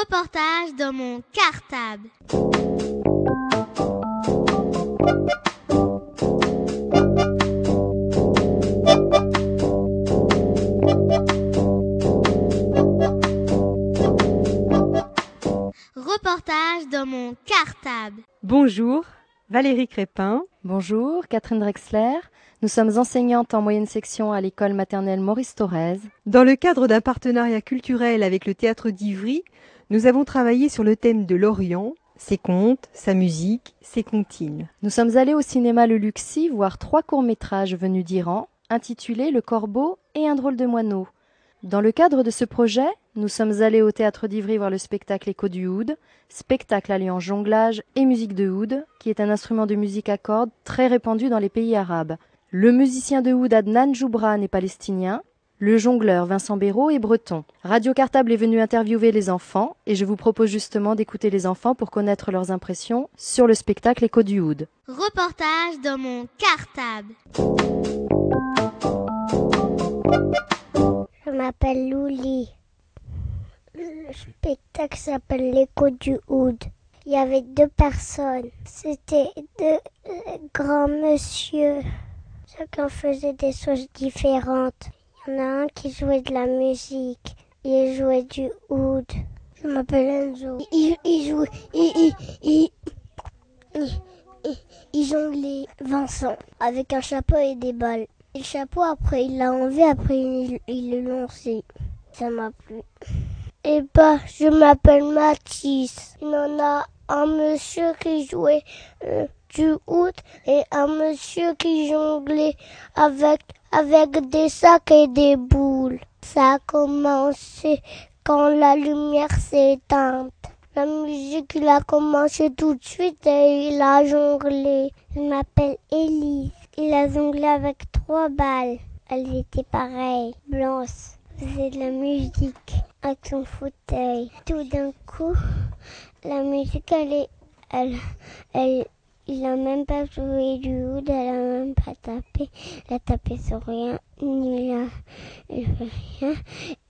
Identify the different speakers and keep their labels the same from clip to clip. Speaker 1: Reportage dans mon cartable. Reportage dans mon cartable.
Speaker 2: Bonjour, Valérie Crépin.
Speaker 3: Bonjour, Catherine Drexler. Nous sommes enseignantes en moyenne section à l'école maternelle Maurice Thorez.
Speaker 2: Dans le cadre d'un partenariat culturel avec le théâtre d'Ivry, nous avons travaillé sur le thème de l'Orient, ses contes, sa musique, ses comptines.
Speaker 3: Nous sommes allés au cinéma Le Luxi voir trois courts-métrages venus d'Iran, intitulés Le Corbeau et Un drôle de moineau. Dans le cadre de ce projet, nous sommes allés au théâtre d'Ivry voir le spectacle Écho du Oud, spectacle alliant jonglage et musique de Oud, qui est un instrument de musique à cordes très répandu dans les pays arabes. Le musicien de Oud Adnan Joubran est palestinien, le jongleur Vincent Béraud est breton. Radio Cartable est venu interviewer les enfants et je vous propose justement d'écouter les enfants pour connaître leurs impressions sur le spectacle Écho du Oud.
Speaker 1: Reportage dans mon cartable.
Speaker 4: Je m'appelle Louli. Le spectacle s'appelle L'écho du Oud. Il y avait deux personnes. C'était deux euh, grands monsieur. Chacun faisait des choses différentes. Il y en a un qui jouait de la musique. Il jouait du oud. Je m'appelle Enzo. Il, il jouait. Il, il, il, il, il jonglait Vincent avec un chapeau et des balles. Et le chapeau, après, il l'a enlevé. Après, il, il le lançait. Ça m'a plu. Eh ben, je m'appelle Mathis. Il y en a un monsieur qui jouait euh, du oud et un monsieur qui jonglait avec, avec des sacs et des boules. Ça a commencé quand la lumière s'est éteinte. La musique, il a commencé tout de suite et il a jonglé. Je m'appelle Elise. Il a jonglé avec trois balles. Elles étaient pareilles, blanches. Faisait de la musique avec son fauteuil. Tout d'un coup, la musique, elle est, elle, elle, il a même pas joué du oud, elle a même pas tapé, elle a tapé sur rien, ni là, il fait rien.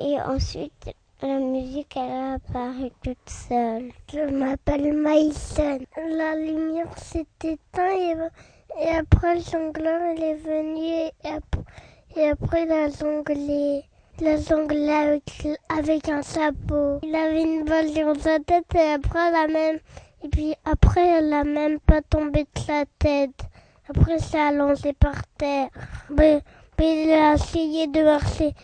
Speaker 4: Et ensuite, la musique, elle a apparu toute seule. Je m'appelle Maïson. La lumière s'est éteinte et, et après le jongleur, il est venu et, ap- et après il a jonglé. Il a jonglé avec, avec un chapeau. Il avait une balle dans sa tête et après la même. Et puis après, elle a même pas tombé de sa tête. Après, ça a lancé par terre. Mais, mais il a essayé de marcher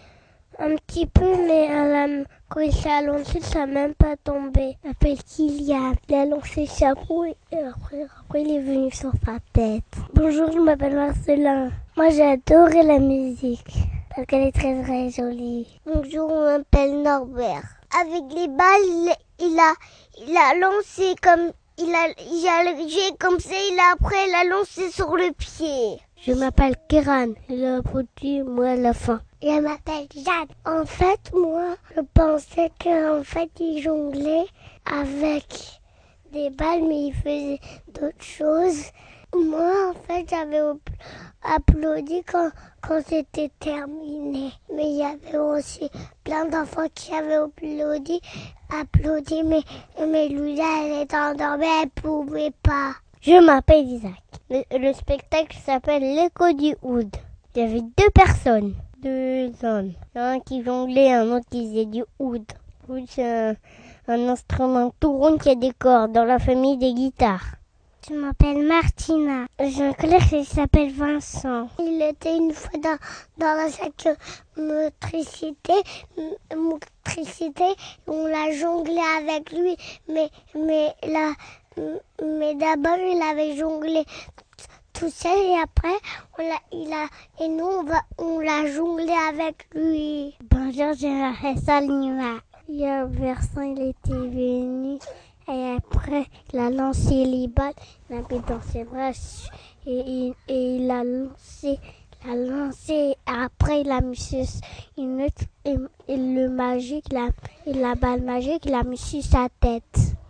Speaker 4: un petit peu, mais elle a- quand il s'est lancé, ça n'a même pas tombé. Après, il a, il a lancé le chapeau et après, après, il est venu sur sa tête. Bonjour, je m'appelle Marcelin. Moi, j'ai adoré la musique parce qu'elle est très, très jolie. Bonjour, on m'appelle Norbert. Avec les balles, il, il a, il a lancé comme. Il a, il a le jet comme ça, il a, après, il a lancé sur le pied. Je m'appelle Keran, il a produit moi la fin. Je m'appelle Jade. En fait, moi, je pensais qu'en fait, il jonglait avec des balles, mais il faisait d'autres choses. Moi, en fait, j'avais op- applaudi quand, quand c'était terminé. Mais il y avait aussi plein d'enfants qui avaient applaudi, applaudi, mais, mais Lula, elle était endormie, elle pouvait pas. Je m'appelle Isaac. Le, le spectacle s'appelle L'écho du Oud. Il y avait deux personnes, deux hommes. Un qui jonglait, un autre qui faisait du Oud. Oud, c'est un, un instrument tout rond qui a des cordes, dans la famille des guitares. Je m'appelle Martina. J'ai un collègue qui s'appelle Vincent. Il était une fois dans, dans la sac motricité, m- motricité. On l'a jonglé avec lui, mais, mais, là, m- mais d'abord il avait jonglé t- tout seul et après on l'a, il a, et nous on, va, on l'a jonglé avec lui. Bonjour, j'ai Salima. Il y a Vincent, il était venu. Et après, il a lancé les balles, il l'a mis dans ses bras et, il- et il a lancé, il a lancé. et Après, il a mis sur une autre, et, et le magique, la, et la balle magique, il a mis sur sa tête.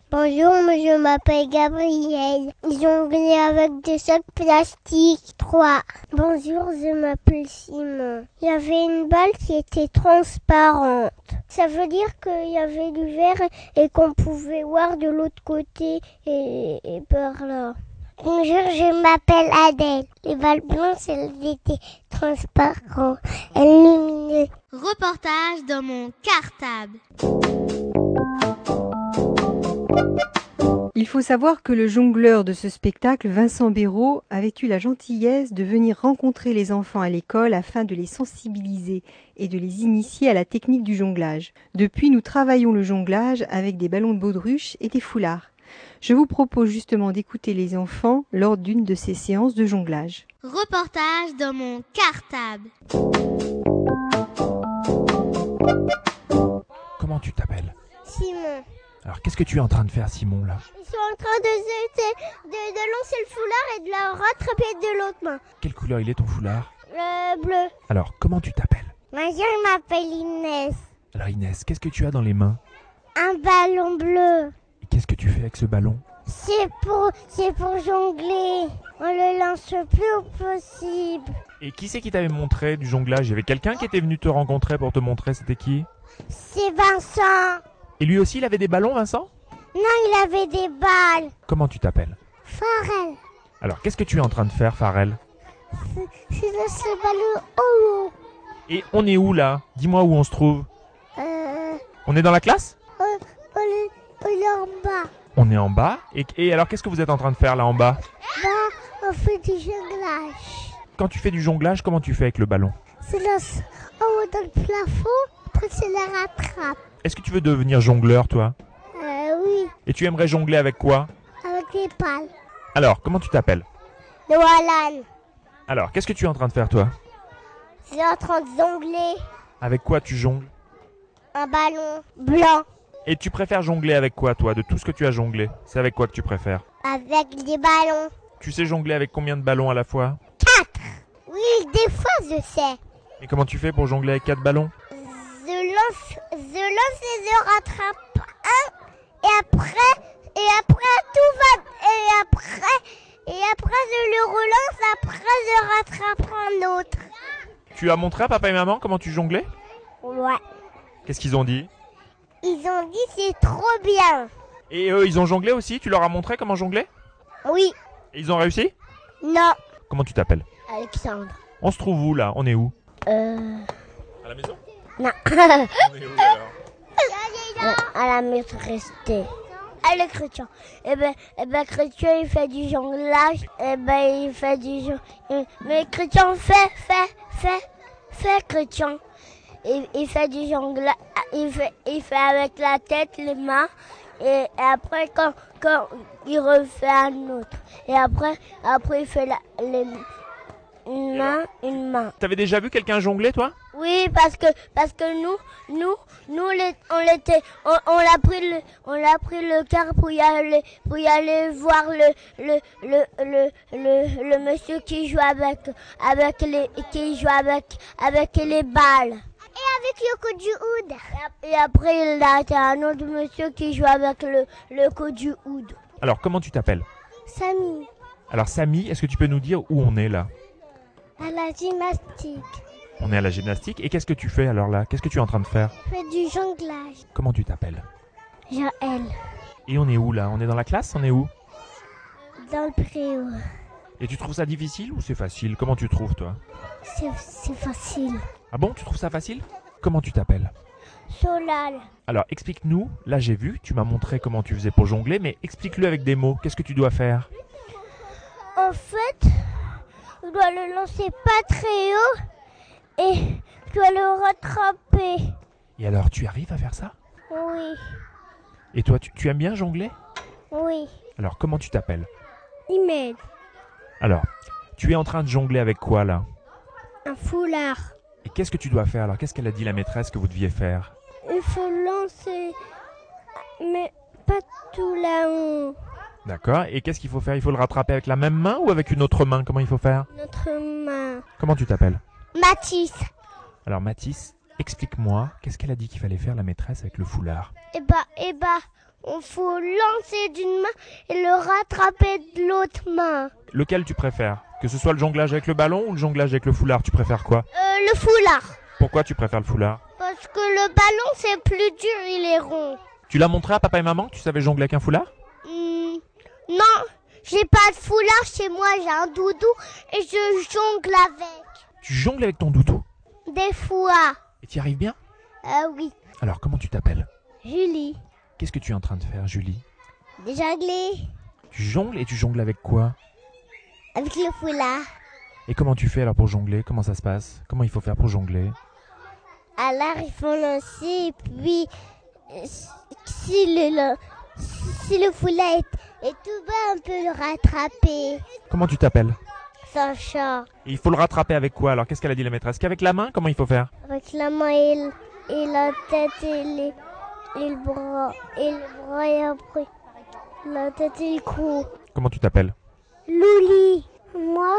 Speaker 4: Bonjour, je m'appelle Gabriel. Jongler avec des sacs plastiques. 3. Bonjour, je m'appelle Simon. Il y avait une balle qui était transparente. Ça veut dire qu'il y avait du verre et qu'on pouvait voir de l'autre côté et, et par là. Bonjour, je m'appelle Adèle. Les balles blanches, elles étaient transparentes, elles lumineuses.
Speaker 1: Reportage dans mon cartable.
Speaker 2: Il faut savoir que le jongleur de ce spectacle, Vincent Béraud, avait eu la gentillesse de venir rencontrer les enfants à l'école afin de les sensibiliser et de les initier à la technique du jonglage. Depuis, nous travaillons le jonglage avec des ballons de baudruche et des foulards. Je vous propose justement d'écouter les enfants lors d'une de ces séances de jonglage.
Speaker 1: Reportage dans mon cartable.
Speaker 5: Comment tu t'appelles
Speaker 4: Simon,
Speaker 5: Alors, qu'est-ce que tu es en train de faire, Simon, là
Speaker 4: ils sont en train de, de, de, de lancer le foulard et de la rattraper de l'autre main.
Speaker 5: Quelle couleur il est ton foulard
Speaker 4: Le bleu.
Speaker 5: Alors, comment tu t'appelles
Speaker 4: Bonjour, je m'appelle Inès.
Speaker 5: Alors, Inès, qu'est-ce que tu as dans les mains
Speaker 4: Un ballon bleu.
Speaker 5: Et Qu'est-ce que tu fais avec ce ballon
Speaker 4: C'est pour, c'est pour jongler. On le lance le plus haut possible.
Speaker 5: Et qui c'est qui t'avait montré du jonglage Il y avait quelqu'un qui était venu te rencontrer pour te montrer, c'était qui
Speaker 4: C'est Vincent.
Speaker 5: Et lui aussi, il avait des ballons, Vincent
Speaker 4: Non, il avait des balles.
Speaker 5: Comment tu t'appelles
Speaker 4: Farel.
Speaker 5: Alors, qu'est-ce que tu es en train de faire, Farel
Speaker 4: Je lance le ballon haut.
Speaker 5: Et on est où, là Dis-moi où on se trouve.
Speaker 4: Euh,
Speaker 5: On est dans la classe
Speaker 4: on le, on le en bas.
Speaker 5: On est en bas. Et, et alors, qu'est-ce que vous êtes en train de faire, là, en bas
Speaker 4: Bah, on fait du jonglage.
Speaker 5: Quand tu fais du jonglage, comment tu fais avec le ballon
Speaker 4: C'est lance en haut dans le plafond. Après, c'est la rattrape.
Speaker 5: Est-ce que tu veux devenir jongleur, toi
Speaker 4: Euh, oui,
Speaker 5: Et tu aimerais jongler avec quoi
Speaker 4: avec des balles.
Speaker 5: Alors, comment tu t'appelles
Speaker 4: Noalan,
Speaker 5: Alors, qu'est-ce que tu es en train de faire, toi
Speaker 4: c'est en train de jongler
Speaker 5: Avec quoi tu jongles
Speaker 4: un ballon blanc
Speaker 5: Et tu préfères jongler avec quoi, toi De tout ce que tu as jonglé, c'est avec quoi que tu préfères
Speaker 4: avec des ballons.
Speaker 5: Tu sais jongler avec combien de ballons à la fois
Speaker 4: Oui, des fois, je sais.
Speaker 5: Et comment tu fais pour jongler avec quatre ballons
Speaker 4: Je lance, je lance et je rattrape un. Et après, et après tout va, et après, et après je le relance, après je rattrape un autre.
Speaker 5: Tu as montré à papa et maman comment tu jonglais
Speaker 4: Ouais.
Speaker 5: Qu'est-ce qu'ils ont dit
Speaker 4: Ils ont dit c'est trop bien.
Speaker 5: Et eux, ils ont jonglé aussi Tu leur as montré comment jongler
Speaker 4: Oui.
Speaker 5: Et ils ont réussi
Speaker 4: Non.
Speaker 5: Comment tu t'appelles
Speaker 4: Alexandre.
Speaker 5: On se trouve où, là On est où
Speaker 4: Euh.
Speaker 5: À la maison
Speaker 4: Non. Euh,
Speaker 5: On est où, alors
Speaker 4: à la maîtresse T. Ah, le chrétien. Eh ben, eh ben, chrétien, il fait du jonglage. Eh ben, il fait du jonglage. Mais chrétien, fait, fait, fait, fait, chrétien. Il, il fait du jonglage. Il fait, il fait avec la tête, les mains. Et, et après, quand, quand il refait un autre. Et après, après, il fait la, les- une main, une main.
Speaker 5: T'avais déjà vu quelqu'un jongler, toi
Speaker 4: Oui, parce que parce que nous nous nous les- on l'était on, on l'a pris le on l'a pris le car pour y aller pour y aller voir le le le le le, le monsieur qui joue avec avec les qui joue avec avec les balles. Et avec le coup du hood. Et après il a été un autre monsieur qui joue avec le le coup du hood.
Speaker 5: Alors, comment tu t'appelles
Speaker 4: Samy,
Speaker 5: Alors, Samy, est-ce que tu peux nous dire où on est, là
Speaker 4: à la gymnastique,
Speaker 5: On est à la gymnastique. Et qu'est-ce que tu fais, alors, là Qu'est-ce que tu es en train de faire
Speaker 4: fait du jonglage.
Speaker 5: Comment tu t'appelles
Speaker 4: Joël,
Speaker 5: Et on est où, là On est dans la classe On est où
Speaker 4: dans le préau.
Speaker 5: Et tu trouves ça difficile ou c'est facile Comment tu trouves, toi
Speaker 4: C'est c'est facile.
Speaker 5: Ah bon, tu trouves ça facile Comment tu t'appelles
Speaker 4: Solal.
Speaker 5: Alors, explique-nous. Là, j'ai vu, tu m'as montré comment tu faisais pour jongler, mais explique-le avec des mots. Qu'est-ce que tu dois faire
Speaker 4: En fait, on doit le lancer pas très haut et on doit le rattraper.
Speaker 5: Et alors, tu arrives à faire ça
Speaker 4: Oui,
Speaker 5: Et toi, tu, tu aimes bien jongler
Speaker 4: oui.
Speaker 5: Alors, comment tu t'appelles
Speaker 4: Email.
Speaker 5: Alors, tu es en train de jongler avec quoi, là
Speaker 4: Un foulard.
Speaker 5: Et qu'est-ce que tu dois faire Alors, qu'est-ce qu'elle a dit la maîtresse que vous deviez faire
Speaker 4: Il faut lancer, mais pas tout là-haut.
Speaker 5: D'accord Et qu'est-ce qu'il faut faire Il faut le rattraper avec la même main ou avec une autre main Comment il faut faire
Speaker 4: Notre main.
Speaker 5: Comment tu t'appelles
Speaker 4: Matisse.
Speaker 5: Alors, Mathis, explique-moi, qu'est-ce qu'elle a dit qu'il fallait faire la maîtresse avec le foulard
Speaker 4: ben, Eh bah, eh bah, on faut lancer d'une main et le rattraper de l'autre main.
Speaker 5: Lequel tu préfères Que ce soit le jonglage avec le ballon ou le jonglage avec le foulard, tu préfères quoi
Speaker 4: Euh, le foulard.
Speaker 5: Pourquoi tu préfères le foulard
Speaker 4: Parce que le ballon, c'est plus dur, il est rond.
Speaker 5: Tu l'as montré à papa et maman que tu savais jongler avec un foulard
Speaker 4: Hmm, non, j'ai pas de foulard chez moi, j'ai un doudou et je jongle avec.
Speaker 5: Tu jongles avec ton doudou
Speaker 4: Des fois.
Speaker 5: Et tu arrives bien
Speaker 4: Ah oui,
Speaker 5: Alors, comment tu t'appelles
Speaker 4: Julie.
Speaker 5: Qu'est-ce que tu es en train de faire, Julie
Speaker 4: De jongler
Speaker 5: Tu jongles et tu jongles avec quoi
Speaker 4: avec le foulard.
Speaker 5: Et comment tu fais alors pour jongler Comment ça se passe Comment il faut faire pour jongler
Speaker 4: Alors il faut lancer et puis euh, si le, lan- si le foulard est, est tout bas, on peut le rattraper.
Speaker 5: Comment tu t'appelles
Speaker 4: Sans chat.
Speaker 5: Et Il faut le rattraper avec quoi Alors, qu'est-ce qu'elle a dit la maîtresse Qu'avec la main Comment il faut faire
Speaker 4: Avec la main et, l- et la tête et, les, et le bras. Et le bras et après la tête et le cou.
Speaker 5: Comment tu t'appelles
Speaker 4: Louli. Moi,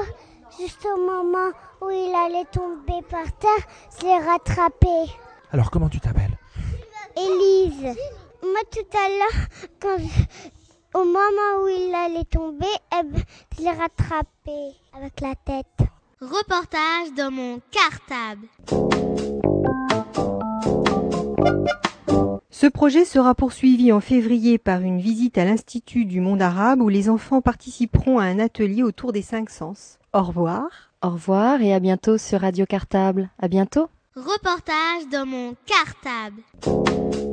Speaker 4: juste au moment où il allait tomber par terre, je l'ai rattrapé.
Speaker 5: Alors, comment tu t'appelles
Speaker 4: Élise. Moi, tout à l'heure, quand je- au moment où il allait tomber, eh ben, je l'ai rattrapé avec la tête.
Speaker 1: Reportage dans mon cartable.
Speaker 2: Ce projet sera poursuivi en février par une visite à l'Institut du monde arabe où les enfants participeront à un atelier autour des cinq sens. Au revoir.
Speaker 3: Au revoir et à bientôt sur Radio Cartable. À bientôt.
Speaker 1: Reportage dans mon cartable.